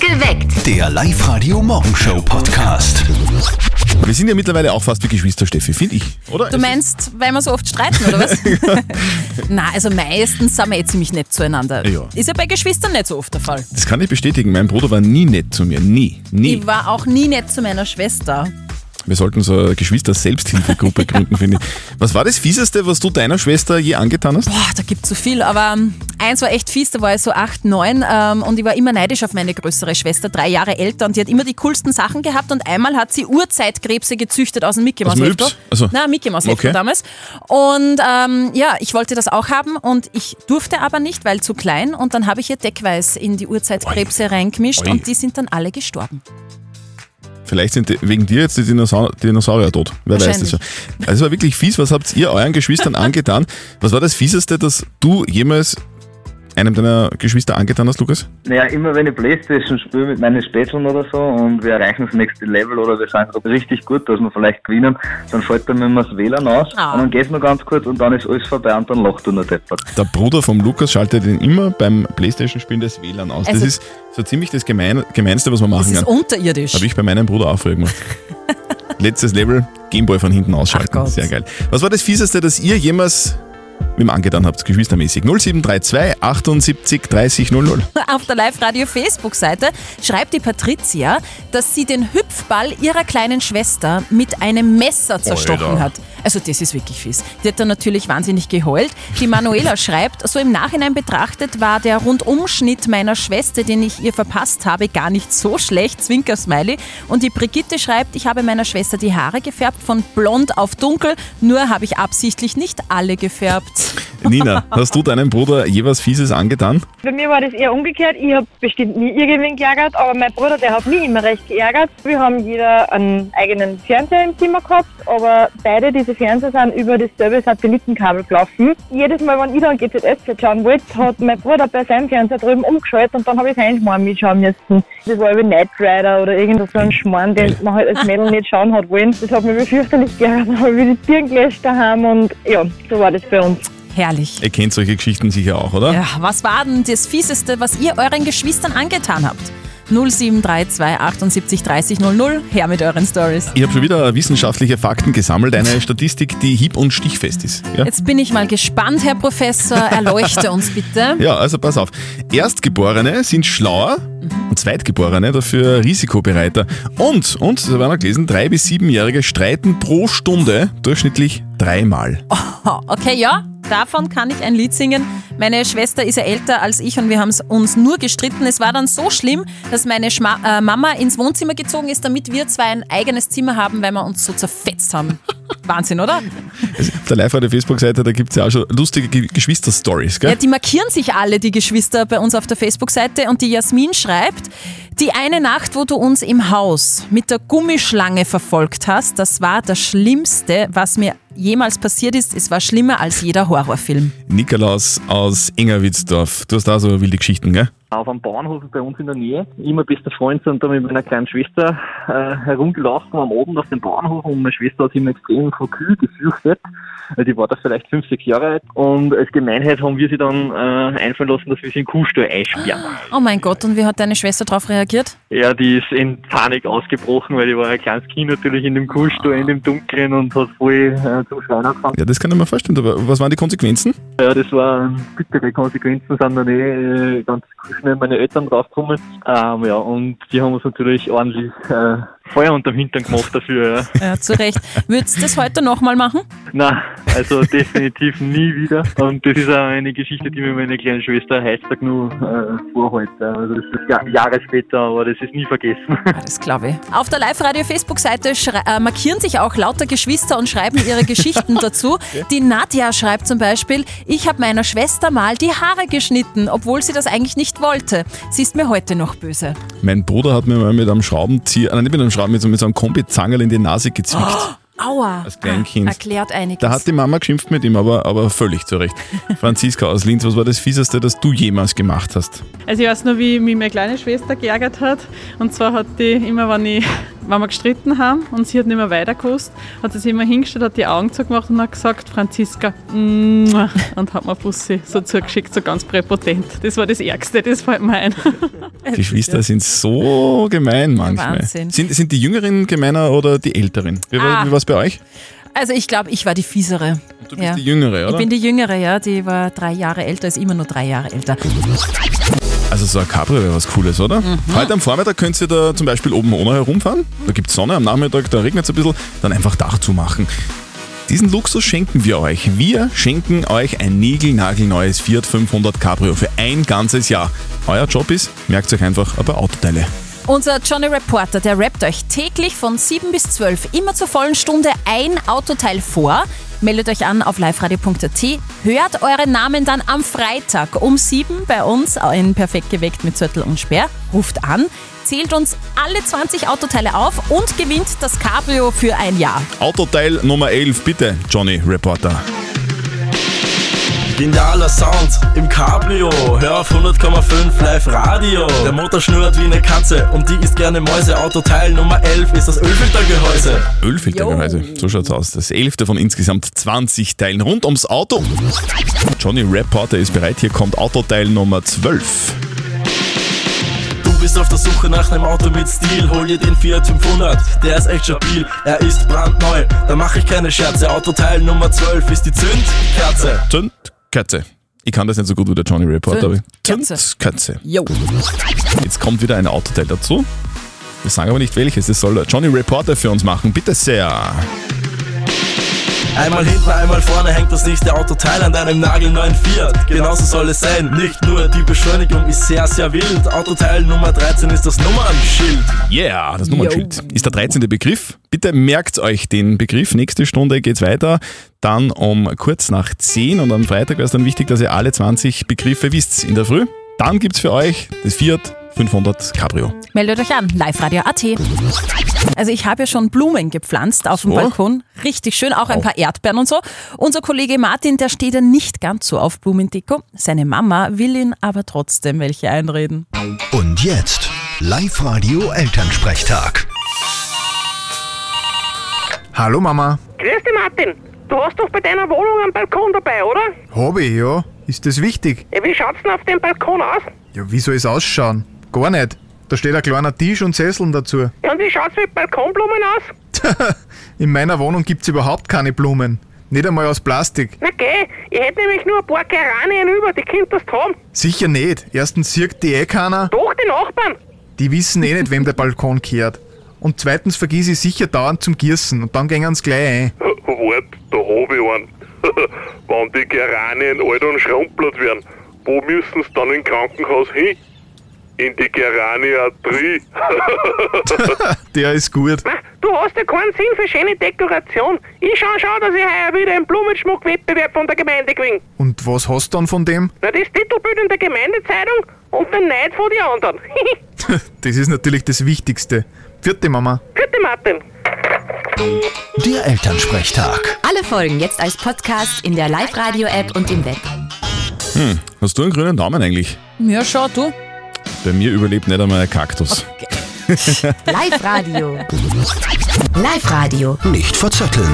Geweckt. Der Live-Radio-Morgenshow-Podcast. Wir sind ja mittlerweile auch fast wie Geschwister, Steffi, finde ich, oder? Du Es meinst, weil wir so oft streiten, oder was? Na, also meistens sind wir eh ziemlich nett zueinander. Ja. Ist ja bei Geschwistern nicht so oft der Fall. ist- Das kann ich bestätigen. Mein Bruder war nie nett zu mir. Nie. Nie. Ich war auch nie nett zu meiner Schwester. Wir sollten so eine Geschwister-Selbsthilfegruppe gründen, finde ich. Was war das Fieseste, was du deiner Schwester je angetan hast? Boah, da gibt's so viel, aber ähm, eins war echt fies, da war ich so 8, 9 ähm, und ich war immer neidisch auf meine größere Schwester, drei Jahre älter und die hat immer die coolsten Sachen gehabt und einmal hat sie Urzeitkrebse gezüchtet aus dem Mickey Aus Mouse dem Heftel. Yps? Ach so. Nein, Mickey Mouse Okay. Heftel damals. Und ähm, ja, ich wollte das auch haben und ich durfte aber nicht, weil zu klein und dann habe ich ihr Deckweiß in die Urzeitkrebse reingemischt Oi. und die sind dann alle gestorben. Vielleicht sind die- wegen dir jetzt die Dinosaur Dinosaurier tot. Wer weiß das Wahrscheinlich. schon. Also es war wirklich fies. Was habt ihr euren Geschwistern angetan? Was war das Fieseste, das du jemals einem deiner Geschwister angetan hast, Lukas? Naja, immer wenn ich Playstation spiele mit meinen Spätzeln oder so und wir erreichen das nächste Level oder wir sind gerade richtig gut, dass wir vielleicht gewinnen, dann fällt dann immer das WLAN aus Ah. und dann geht's nur ganz kurz und dann ist alles vorbei und dann lacht du nur deppert. Der Bruder vom Lukas schaltet ihn immer beim Playstation-Spielen das WLAN aus. Also- das ist so ziemlich das Gemein Gemeinste, was man Das machen ist kann. unterirdisch. Habe ich bei meinem Bruder auch früher gemacht. Letztes Level, Gameboy von hinten Ach ausschalten. Gott. Sehr geil. Was war das Fieseste, das ihr jemals wem angetan habt, geschwistermäßig? 0732 78 30 00. auf der Live-Radio-Facebook-Seite schreibt die Patricia, dass sie den Hüpfball ihrer kleinen Schwester mit einem Messer zerstochen Alter. hat. Also das ist wirklich fies. Die hat dann natürlich wahnsinnig geheult. Die Manuela schreibt, so im Nachhinein betrachtet war der Rundumschnitt meiner Schwester, den ich ihr verpasst habe, gar nicht so schlecht. Zwinker-Smiley. Und die Brigitte schreibt, ich habe meiner Schwester die Haare gefärbt von blond auf dunkel, nur habe ich absichtlich nicht alle gefärbt. Nina, hast du deinem Bruder je was Fieses angetan? Bei mir war das eher umgekehrt. Ich habe bestimmt nie irgendwen geärgert, aber mein Bruder, der hat mich immer recht geärgert. Wir haben jeder einen eigenen Fernseher im Zimmer gehabt, aber beide diese Fernseher sind über dasselbe Satellitenkabel gelaufen. Jedes Mal, wenn ich dann GZSZ schauen wollte, hat mein Bruder bei seinem Fernseher drüben umgeschaltet und dann habe ich seinen Schmarrn mitschauen müssen. Das war wie Knight Rider oder irgend so ein Schmarrn, den man halt als Mädel nicht schauen hat wollen. Das hat mich wie fürchterlich geärgert, dann habe ich die Tieren gelöscht daheim und ja, so war das bei uns. Herrlich. Ihr kennt solche Geschichten sicher auch, oder? Ja, was war denn das Fieseste, was ihr euren Geschwistern angetan habt? 0732 78 30 00. Her mit euren Stories. Ich habe schon wieder wissenschaftliche Fakten gesammelt, eine Statistik, die hieb- und stichfest ist. Ja? Jetzt bin ich mal gespannt, Herr Professor. Erleuchte uns bitte. Ja, also pass auf. Erstgeborene sind schlauer und Zweitgeborene dafür risikobereiter. Und, und, das haben wir noch gelesen, drei- bis siebenjährige streiten pro Stunde durchschnittlich dreimal. Ha, Okay, ja, davon kann ich ein Lied singen. Meine Schwester ist ja älter als ich und wir haben uns nur gestritten. Es war dann so schlimm, dass meine Schma äh, Mama ins Wohnzimmer gezogen ist, damit wir zwei ein eigenes Zimmer haben, weil wir uns so zerfetzt haben. Wahnsinn, oder? Auf der live der Facebook-Seite, da gibt's ja auch schon lustige Ge- Geschwister-Stories, Ja, gell? die markieren sich alle, die Geschwister, bei uns auf der Facebook-Seite. Und die Jasmin schreibt, die eine Nacht, wo du uns im Haus mit der Gummischlange verfolgt hast, das war das Schlimmste, was mir jemals passiert ist. Es war schlimmer als jeder Horrorfilm. Nikolaus aus Engerwitzdorf. Du hast da so wilde Geschichten, gell? auf einem Bauernhof bei uns in der Nähe. Immer bester Freund sind da mit meiner kleinen Schwester äh, herumgelaufen am Abend auf dem Bauernhof und meine Schwester hat sich immer extrem vor Kühe gefürchtet. Äh, Die war da vielleicht fünf, sechs Jahre alt und als Gemeinheit haben wir sie dann äh, einfallen lassen, dass wir sie in den Kuhstall einsperren. Oh mein Gott, und wie hat deine Schwester darauf reagiert? Ja, die ist in Panik ausgebrochen, weil die war ein kleines Kind natürlich in dem Kuhstall, in dem Dunkeln und hat voll äh, zum Schreien angefangen. Ja, das kann ich mir vorstellen. Aber was waren die Konsequenzen? Ja, das waren bittere Konsequenzen, sind dann eh äh, ganz schnell meine Eltern draufgekommen. Ähm, ja, und die haben uns natürlich ordentlich äh, Feuer unterm Hintern gemacht dafür. Ja. Ja, zu Recht. Würdest du das heute nochmal machen? Na, also definitiv nie wieder. Und das ist auch eine Geschichte, die mir meine kleine Schwester heutzutage nur äh, vorhält. Also das ist ja, Jahre später, aber das ist nie vergessen. Das glaube ich. Auf der Live-Radio-Facebook-Seite schrei- äh, markieren sich auch lauter Geschwister und schreiben ihre Geschichten dazu. Die Nadja schreibt zum Beispiel, ich habe meiner Schwester mal die Haare geschnitten, obwohl sie das eigentlich nicht wollte. Sie ist mir heute noch böse. Mein Bruder hat mir mal mit einem Schraubenzieher, nein, nicht mit einem Schraubenzieher, sondern mit so einem Kombizangerl in die Nase gezwickt. Aua. Als Kleinkind. Ah, Erklärt einiges. Da hat die Mama geschimpft mit ihm, aber, aber völlig zurecht. Franziska aus Linz, was war das Fieseste, das du jemals gemacht hast? Also ich weiß nur, wie mich meine kleine Schwester geärgert hat. Und zwar hat die immer, wenn ich wenn wir gestritten haben und sie hat nicht mehr weitergekost, hat sie sich immer hingestellt, hat die Augen zugemacht und hat gesagt, Franziska, Mua, und hat mir Bussi so zugeschickt, so ganz präpotent. Das war das Ärgste, das fällt mir ein. Geschwister sind so gemein manchmal. Wahnsinn. Sind, sind die Jüngeren gemeiner oder die Älteren? Wie war Ah. wie war's bei euch? Also ich glaube, ich war die fiesere. Du bist Ja. die Jüngere, Ich oder? bin die Jüngere, ja, die war drei Jahre älter, ist immer nur drei Jahre älter. Also so ein Cabrio wäre was Cooles, oder? Mhm. Heute am Vormittag könnt ihr da zum Beispiel oben ohne herumfahren. Da gibt es Sonne, am Nachmittag, da regnet es ein bisschen. Dann einfach Dach zumachen. Diesen Luxus schenken wir euch. Wir schenken euch ein niegelnagelneues Fiat 500 Cabrio für ein ganzes Jahr. Euer Job ist, merkt euch einfach ein paar Autoteile. Unser Johnny Reporter, der rappt euch täglich von 7 bis 12 immer zur vollen Stunde ein Autoteil vor. Meldet euch an auf liveradio.at. Hört eure Namen dann am Freitag um 7 bei uns in Perfekt geweckt mit Zürtel und Speer. Ruft an, zählt uns alle 20 Autoteile auf und gewinnt das Cabrio für ein Jahr. Autoteil Nummer 11, bitte, Johnny Reporter. Genialer Sound im Cabrio. Hör auf 100,5 Live Radio. Der Motor schnurrt wie eine Katze und die isst gerne Mäuse. Autoteil Nummer 11 ist das Ölfiltergehäuse. Ölfiltergehäuse. So schaut's aus. Das elfte von insgesamt 20 Teilen rund ums Auto. Johnny Reporter ist bereit. Hier kommt Autoteil Nummer 12. Du bist auf der Suche nach einem Auto mit Stil. Hol dir den Fiat 500, der ist echt stabil. Er ist brandneu, da mache ich keine Scherze. Autoteil Nummer 12 ist die Zündkerze. Zündkerze. Ich kann das nicht so gut wie der Johnny Reporter. aber- Zündkerze. Zündkerze. Jo. Jetzt kommt wieder ein Autoteil dazu. Wir sagen aber nicht welches. Das soll der Johnny Reporter für uns machen. Bitte sehr. Einmal hinten, einmal vorne hängt das nächste Autoteil an deinem nagelneuen Fiat. Genauso soll es sein. Nicht nur die Beschleunigung ist sehr, sehr wild. Autoteil Nummer 13 ist das Nummernschild. Yeah, das Nummernschild ist der 13. Begriff. Bitte merkt euch den Begriff. Nächste Stunde geht's weiter. Dann um kurz nach 10 und am Freitag wäre es dann wichtig, dass ihr alle 20 Begriffe wisst in der Früh. Dann gibt's für euch das Fiat 500 Cabrio. Meldet euch an, liveradio.at. Also ich habe ja schon Blumen gepflanzt auf dem So? Balkon, richtig schön, auch ein paar Erdbeeren und so. Unser Kollege Martin, der steht ja nicht ganz so auf Blumendeko. Seine Mama will ihn aber trotzdem welche einreden. Und jetzt Live-Radio Elternsprechtag. Hallo Mama. Grüß dich, Martin. Du hast doch bei deiner Wohnung einen Balkon dabei, oder? Hobby, ja? Ist das wichtig? Ja, wie schaut's denn auf dem Balkon aus? Ja, wie soll es ausschauen? Gar nicht. Da steht ein kleiner Tisch und Sesseln dazu. Ja, und wie schaut's mit Balkonblumen aus? In meiner Wohnung gibt's überhaupt keine Blumen. Nicht einmal aus Plastik. Na geh, ich hätte nämlich nur ein paar Geranien über, die könntest du haben. Sicher nicht. Erstens sieht die eh keiner, Doch, die Nachbarn. die wissen eh nicht, wem der Balkon gehört. Und zweitens vergiss ich sicher dauernd zum Gießen und dann gehen sie gleich ein. Wart, da hab ich einen. Wenn die Geranien alt und schrumpelt werden, wo müssen sie dann im Krankenhaus hin? In die Geraniatrie. Der ist gut. Ma, du hast ja keinen Sinn für schöne Dekoration. Ich schau, schau, dass ich heuer wieder einen Blumenschmuckwettbewerb von der Gemeinde gewinne. Und was hast du dann von dem? Na, das Titelbild in der Gemeindezeitung und den Neid von den anderen. Das ist natürlich das Wichtigste. Vierte Mama. Vierte Martin. Der Elternsprechtag. Alle Folgen jetzt als Podcast in der Live-Radio-App und im Web. Hast du einen grünen Daumen eigentlich? Ja, schau du. Bei mir überlebt nicht einmal ein Kaktus. Live-Radio. Live-Radio. Nicht verzetteln.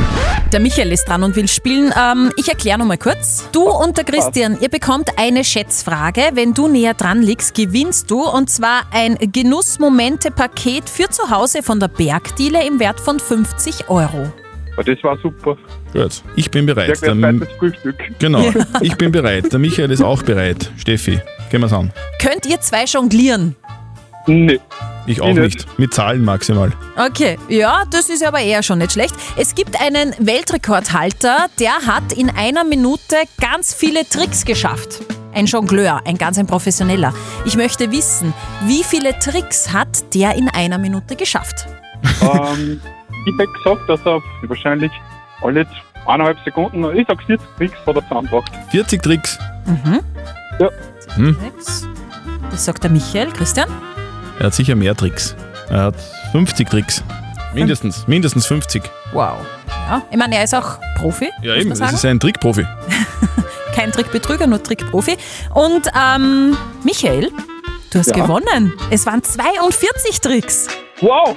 Der Michael ist dran und will spielen. Ähm, ich erkläre nochmal kurz. Du und der Christian, ihr bekommt eine Schätzfrage. Wenn du näher dran liegst, gewinnst du. Und zwar ein Genussmomente-Paket für zu Hause von der Bergdiele im Wert von 50 Euro. Das war super. Gut. Ich bin bereit. Der, Frühstück. genau. Ich bin bereit. Der Michael ist auch bereit. Steffi, gehen wir's an. Könnt ihr zwei jonglieren? Nee. Ich auch Ich nicht. nicht. Mit Zahlen maximal. Okay, ja, das ist aber eher schon nicht schlecht. Es gibt einen Weltrekordhalter, der hat in einer Minute ganz viele Tricks geschafft. Ein Jongleur, ein ganz ein professioneller. Ich möchte wissen, wie viele Tricks hat der in einer Minute geschafft? ähm, ich hätte gesagt, dass er wahrscheinlich alle eineinhalb Sekunden, ich sag's jetzt, nichts vor der Zahnbracht. 40 Tricks. Hm. Tricks? Das sagt der Michael, Christian. Er hat sicher mehr Tricks. Er hat 50 Tricks. Mindestens, mindestens 50. Wow. Ja, ich meine, er ist auch Profi. Ja, muss eben, man das sagen. ist ein Trickprofi. Kein Trickbetrüger, nur Trickprofi. Und ähm, Michael, du hast gewonnen. Es waren 42 Tricks. Wow!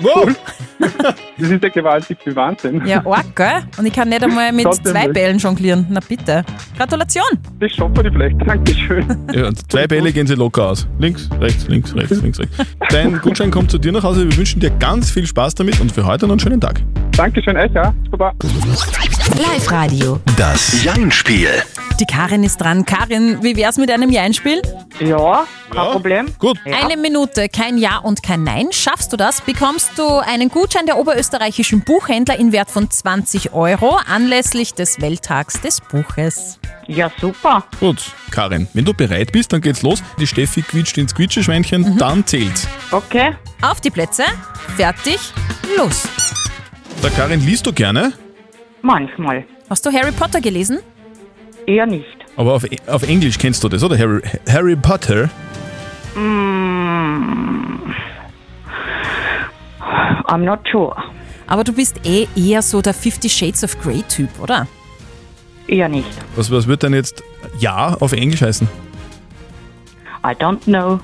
wow! Das ist ja gewaltig viel Wahnsinn. Ja, arg, gell? Und ich kann nicht einmal mit Trotzdem zwei nicht. Bällen jonglieren. Na bitte. Gratulation! Das schaffen die vielleicht. Dankeschön. Ja, und zwei Bälle gehen sie locker aus. Links, rechts, links, rechts, links, rechts. Dein Gutschein kommt zu dir nach Hause. Wir wünschen dir ganz viel Spaß damit und für heute noch einen schönen Tag. Dankeschön, euch, ja. Super. Live-Radio. Das Jein-Spiel. Die Karin ist dran. Karin, wie wär's mit einem Ja-Einspiel? Ja, kein Problem. Gut. Eine Minute, kein Ja und kein Nein. Schaffst du das, bekommst du einen Gutschein der oberösterreichischen Buchhändler in Wert von 20 Euro anlässlich des Welttags des Buches. Ja, super. Gut, Karin, wenn du bereit bist, dann geht's los. Die Steffi quietscht ins Quietscheschweinchen, dann zählt's. Okay. Auf die Plätze, fertig, los. Da Karin, liest du gerne, Manchmal. Hast du Harry Potter gelesen? Eher nicht. aber auf, E- auf Englisch kennst du das, oder? Harry, Harry Potter. Mm, I'm not sure. Aber du bist eh eher so der Fifty Shades of Grey Typ, oder? Eher nicht. Was, was wird denn jetzt Ja auf Englisch heißen? I don't know.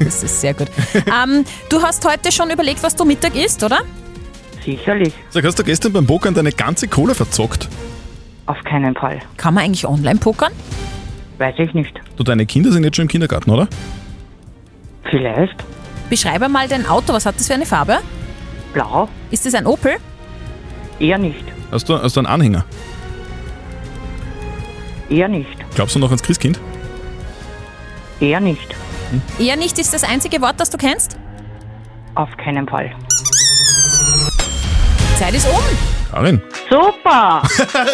das ist sehr gut. ähm, du hast heute schon überlegt, was du Mittag isst, oder? Sicherlich. Sag, hast du gestern beim Pokern deine ganze Kohle verzockt? Auf keinen Fall. Kann man eigentlich online pokern? Weiß ich nicht. Du, deine Kinder sind jetzt schon im Kindergarten, oder? Vielleicht. Beschreibe mal dein Auto. Was hat das für eine Farbe? Blau. Ist es ein Opel? Eher nicht. Hast du, hast du einen Anhänger? Eher nicht. Glaubst du noch ans Christkind? Eher nicht. Eher nicht ist das einzige Wort, das du kennst. Auf keinen Fall. Zeit ist um. Karin. Super!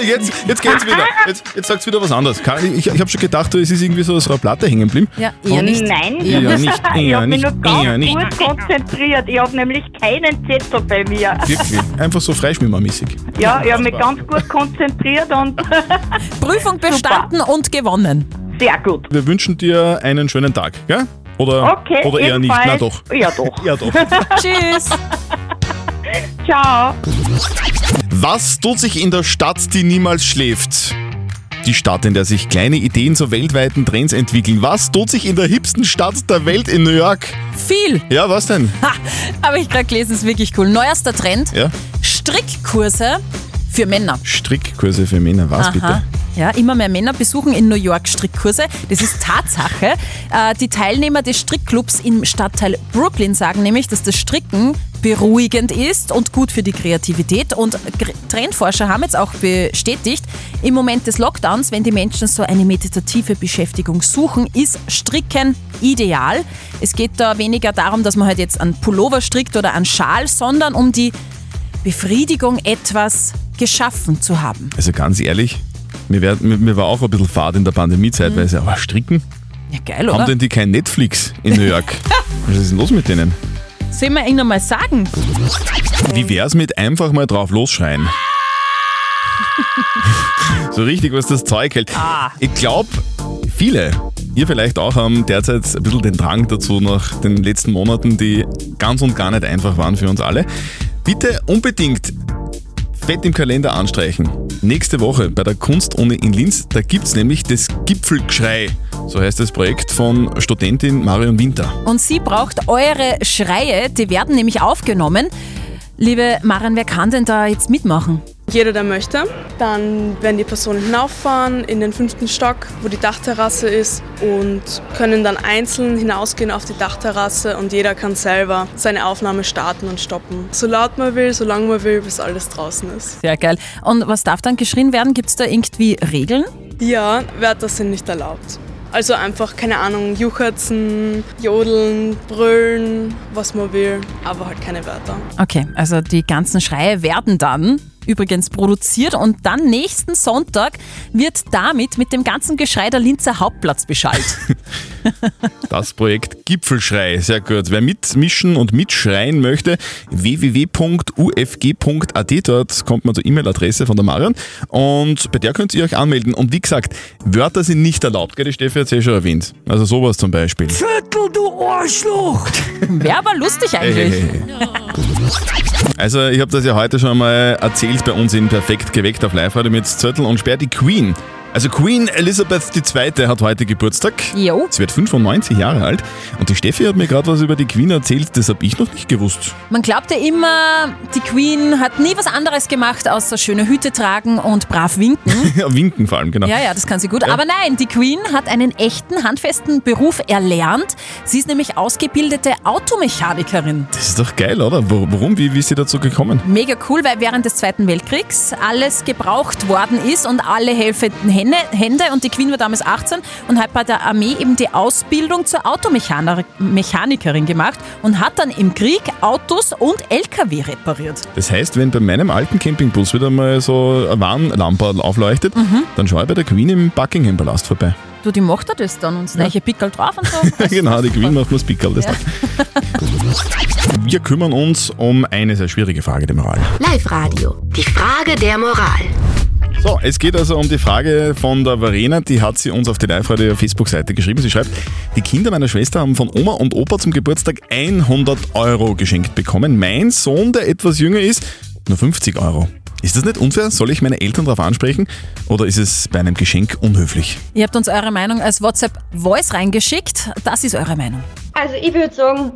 jetzt, jetzt geht's wieder. Jetzt, jetzt sagt's wieder was anderes. Karin, ich, ich habe schon gedacht, es ist irgendwie so aus einer Platte hängen geblieben. Ja, eher nicht. Nein, Eher ich nicht, eher habe mich nicht, nur ganz eher nicht. gut konzentriert. Ich habe nämlich keinen Zettel bei mir. Wirklich. Einfach so freischwimmermäßig. Ja, ich habe mich ganz gut konzentriert und Prüfung bestanden und gewonnen. sehr gut. Wir wünschen dir einen schönen Tag, gell? Oder, Okay, oder eher nicht. Na jedenfalls- doch. Ja, doch. Ja, doch. Tschüss. Ciao. Was tut sich in der Stadt, die niemals schläft? Die Stadt, in der sich kleine Ideen zu weltweiten Trends entwickeln. Was tut sich in der hipsten Stadt der Welt in New York? Viel. Ja, was denn? Ha, habe ich gerade gelesen, ist wirklich cool. Neuester Trend: Ja? Strickkurse für Männer. Strickkurse für Männer, was bitte? Ja, immer mehr Männer besuchen in New York Strickkurse. Das ist Tatsache. Äh, die Teilnehmer des Strickclubs im Stadtteil Brooklyn sagen nämlich, dass das Stricken beruhigend ist und gut für die Kreativität. Und Gr- Trendforscher haben jetzt auch bestätigt, im Moment des Lockdowns, wenn die Menschen so eine meditative Beschäftigung suchen, ist Stricken ideal. Es geht da weniger darum, dass man halt jetzt einen Pullover strickt oder einen Schal, sondern um die Befriedigung, etwas geschaffen zu haben. Also ganz ehrlich, mir, wär, mir, mir war auch ein bisschen fad in der Pandemie-Zeit, weil sie, aber stricken? Ja, geil, oder? Haben denn die kein Netflix in New York? was ist denn los mit denen? Sehen wir ihn nochmal sagen. Wie wär's mit einfach mal drauf losschreien? so richtig, was das Zeug hält. Ich glaube, viele, ihr vielleicht auch, haben derzeit ein bisschen den Drang dazu nach den letzten Monaten, die ganz und gar nicht einfach waren für uns alle. Bitte unbedingt fett im Kalender anstreichen. Nächste Woche bei der Kunstuni in Linz, da gibt's nämlich das Gipfelgeschrei. So heißt das Projekt von Studentin Marion Winter. Und sie braucht eure Schreie, die werden nämlich aufgenommen. Liebe Maren, wer kann denn da jetzt mitmachen? Jeder, der möchte. Dann werden die Personen hinauffahren in den fünften Stock, wo die Dachterrasse ist und können dann einzeln hinausgehen auf die Dachterrasse und jeder kann selber seine Aufnahme starten und stoppen. So laut man will, so lang man will, bis alles draußen ist. Sehr geil. Und was darf dann geschrien werden? Gibt es da irgendwie Regeln? Ja, Wörter sind nicht erlaubt. Also einfach, keine Ahnung, juchzen, jodeln, brüllen, was man will, aber halt keine Wörter. Okay, also die ganzen Schreie werden dann übrigens produziert und dann nächsten Sonntag wird damit mit dem ganzen Geschrei der Linzer Hauptplatz beschallt. Das Projekt Gipfelschrei, sehr gut. Wer mitmischen und mitschreien möchte, www.ufg.at, dort kommt man zur E-Mail-Adresse von der Marion und bei der könnt ihr euch anmelden. Und wie gesagt, Wörter sind nicht erlaubt, gell? Die Steffi hat es eh schon erwähnt. Also sowas zum Beispiel. Schüttel, du Arschloch! Wäre aber lustig Hey, eigentlich. hey, Also ich habe das ja heute schon mal erzählt bei uns in Perfekt geweckt auf live heute mit Zöttl und Sperr die Queen. Also Queen Elizabeth II. hat heute Geburtstag. Jo. Sie wird 95 Jahre alt. Und die Steffi hat mir gerade was über die Queen erzählt, das habe ich noch nicht gewusst. Man glaubt ja immer, die Queen hat nie was anderes gemacht, außer schöne Hüte tragen und brav winken. Winken vor allem, genau. Ja, ja, das kann sie gut. Ja. Aber nein, die Queen hat einen echten, handfesten Beruf erlernt. Sie ist nämlich ausgebildete Automechanikerin. Das ist doch geil, oder? Wo- Warum? Wie, wie ist sie dazu gekommen? Mega cool, weil während des Zweiten Weltkriegs alles gebraucht worden ist und alle helfenden Hände, Hände und die Queen war damals 18 und hat bei der Armee eben die Ausbildung zur Automechanikerin gemacht und hat dann im Krieg Autos und LKW repariert. Das heißt, wenn bei meinem alten Campingbus wieder mal so eine Warnlampe aufleuchtet, Mhm. dann schaue ich bei der Queen im Buckingham-Palast vorbei. Du, die macht ja das dann ne? und das neue Pickel drauf und so. genau, die Queen macht bloß Pickel. Das taugt. Wir kümmern uns um eine sehr schwierige Frage der Moral. Live Radio. Die Frage der Moral. So, es geht also um die Frage von der Verena, die hat sie uns auf die Live-Radio Facebook-Seite geschrieben. Sie schreibt, die Kinder meiner Schwester haben von Oma und Opa zum Geburtstag 100 Euro geschenkt bekommen. Mein Sohn, der etwas jünger ist, nur 50 Euro. Ist das nicht unfair? Soll ich meine Eltern darauf ansprechen? Oder ist es bei einem Geschenk unhöflich? Ihr habt uns eure Meinung als WhatsApp-Voice reingeschickt. Das ist eure Meinung. Also ich würde sagen,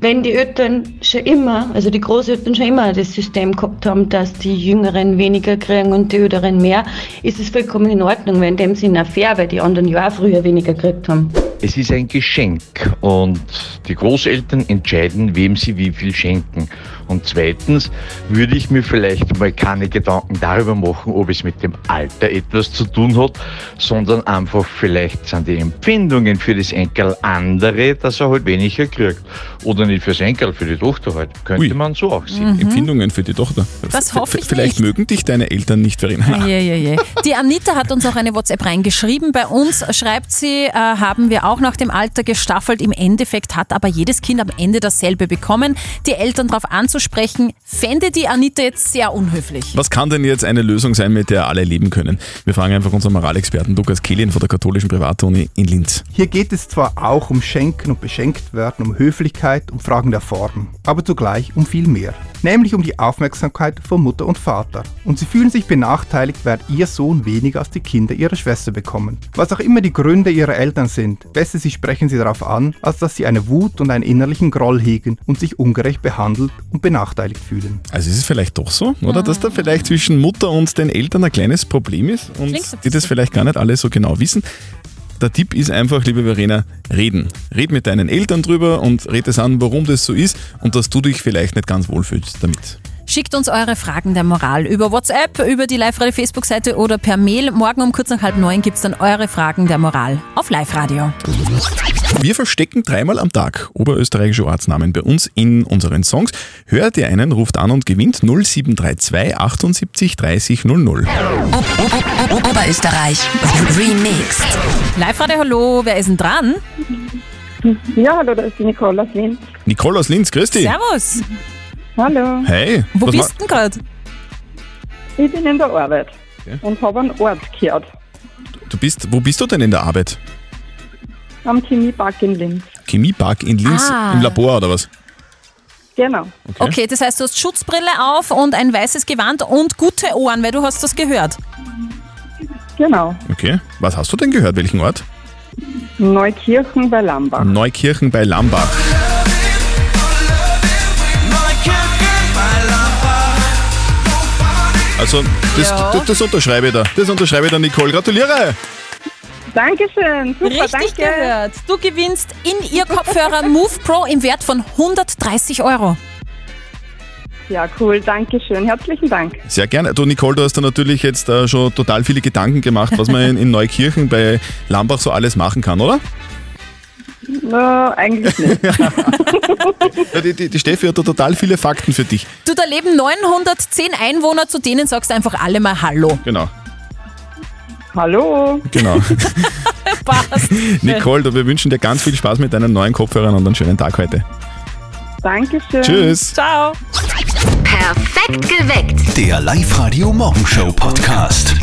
wenn die Eltern schon immer, also die Großeltern schon immer das System gehabt haben, dass die Jüngeren weniger kriegen und die Älteren mehr, ist es vollkommen in Ordnung, weil in dem Sinne auch fair, weil die anderen ja auch früher weniger gekriegt haben. Es ist ein Geschenk und die Großeltern entscheiden, wem sie wie viel schenken. Und zweitens würde ich mir vielleicht mal keine Gedanken darüber machen, ob es mit dem Alter etwas zu tun hat, sondern einfach vielleicht sind die Empfindungen für das Enkel andere, dass er halt weniger kriegt. Oder nicht fürs Enkel, für die Tochter halt. Könnte man so auch sehen. Mhm. Empfindungen für die Tochter. Das hoffe ich Vielleicht mögen dich deine Eltern nicht, Verena. Je, je, je. Die Anita hat uns auch eine WhatsApp reingeschrieben. Bei uns schreibt sie, äh, haben wir auch nach dem Alter gestaffelt. Im Endeffekt hat aber jedes Kind am Ende dasselbe bekommen. Die Eltern darauf anzusprechen, fände die Anita jetzt sehr unhöflich. Was kann denn jetzt eine Lösung sein, mit der alle leben können? Wir fragen einfach unseren Moralexperten Lukas Kehlin von der Katholischen Privatuni in Linz. Hier geht es zwar auch um Schenken und Beschenkt werden, um Höflichkeit, um Fragen der Form, aber zugleich um viel mehr. Nämlich um die Aufmerksamkeit von Mutter und Vater. Und sie fühlen sich benachteiligt, während ihr Sohn weniger als die Kinder ihrer Schwester bekommen. Was auch immer die Gründe ihrer Eltern sind, besser sie sprechen sie darauf an, als dass sie eine Wut und einen innerlichen Groll hegen und sich ungerecht behandelt und benachteiligt fühlen. Also ist es vielleicht doch so, oder? Dass da vielleicht zwischen Mutter und den Eltern ein kleines Problem ist und Klingt so. die das vielleicht gar nicht alle so genau wissen. Der Tipp ist einfach, liebe Verena, reden. Red mit deinen Eltern drüber und red es an, warum das so ist und dass du dich vielleicht nicht ganz wohlfühlst damit. Schickt uns eure Fragen der Moral über WhatsApp, über die Live-Radio-Facebook-Seite oder per Mail. Morgen um kurz nach halb neun gibt es dann eure Fragen der Moral auf Live-Radio. Wir verstecken dreimal am Tag oberösterreichische Ortsnamen bei uns in unseren Songs. Hört ihr einen, ruft an und gewinnt 0732 78 30 00. Oberösterreich. Remixed. Live-Radio, hallo, wer ist denn dran? Ja, hallo, da ist die Nicole aus Wien. Nicole aus Linz, grüß dich. Servus. Hallo. Hey. Wo was bist ma- denn gerade? Ich bin in der Arbeit Okay. und habe einen Ort gehört, Du bist, wo bist du denn in der Arbeit? am Chemiepark in Linz. Chemiepark in Linz Ah. im Labor oder was? Genau. Okay. das heißt, du hast Schutzbrille auf und ein weißes Gewand und gute Ohren, weil du hast das gehört. Genau. Okay. Was hast du denn gehört? Welchen Ort? Neukirchen bei Mhm. Lambach. Neukirchen bei Lambach. Also, das, Ja. das, das unterschreibe ich da. Das unterschreibe ich da, Nicole. Gratuliere! Dankeschön. Super, Richtig danke. gehört. Du gewinnst in ihr Kopfhörer Move Pro im Wert von 130 Euro. Ja, cool. Dankeschön. Herzlichen Dank. Sehr gerne. Du, Nicole, du hast da natürlich jetzt äh, schon total viele Gedanken gemacht, was man in, in Neukirchen bei Lambach so alles machen kann, oder? Na, eigentlich nicht. Ja, die, die, die Steffi hat da total viele Fakten für dich. Du, da leben 910 Einwohner, zu denen sagst du einfach alle mal Hallo. Genau. Hallo. Genau. Nicole, du, wir wünschen dir ganz viel Spaß mit deinen neuen Kopfhörern und einen schönen Tag heute. Dankeschön. Tschüss. Ciao. Perfekt geweckt. Der Live-Radio Morgenshow Podcast.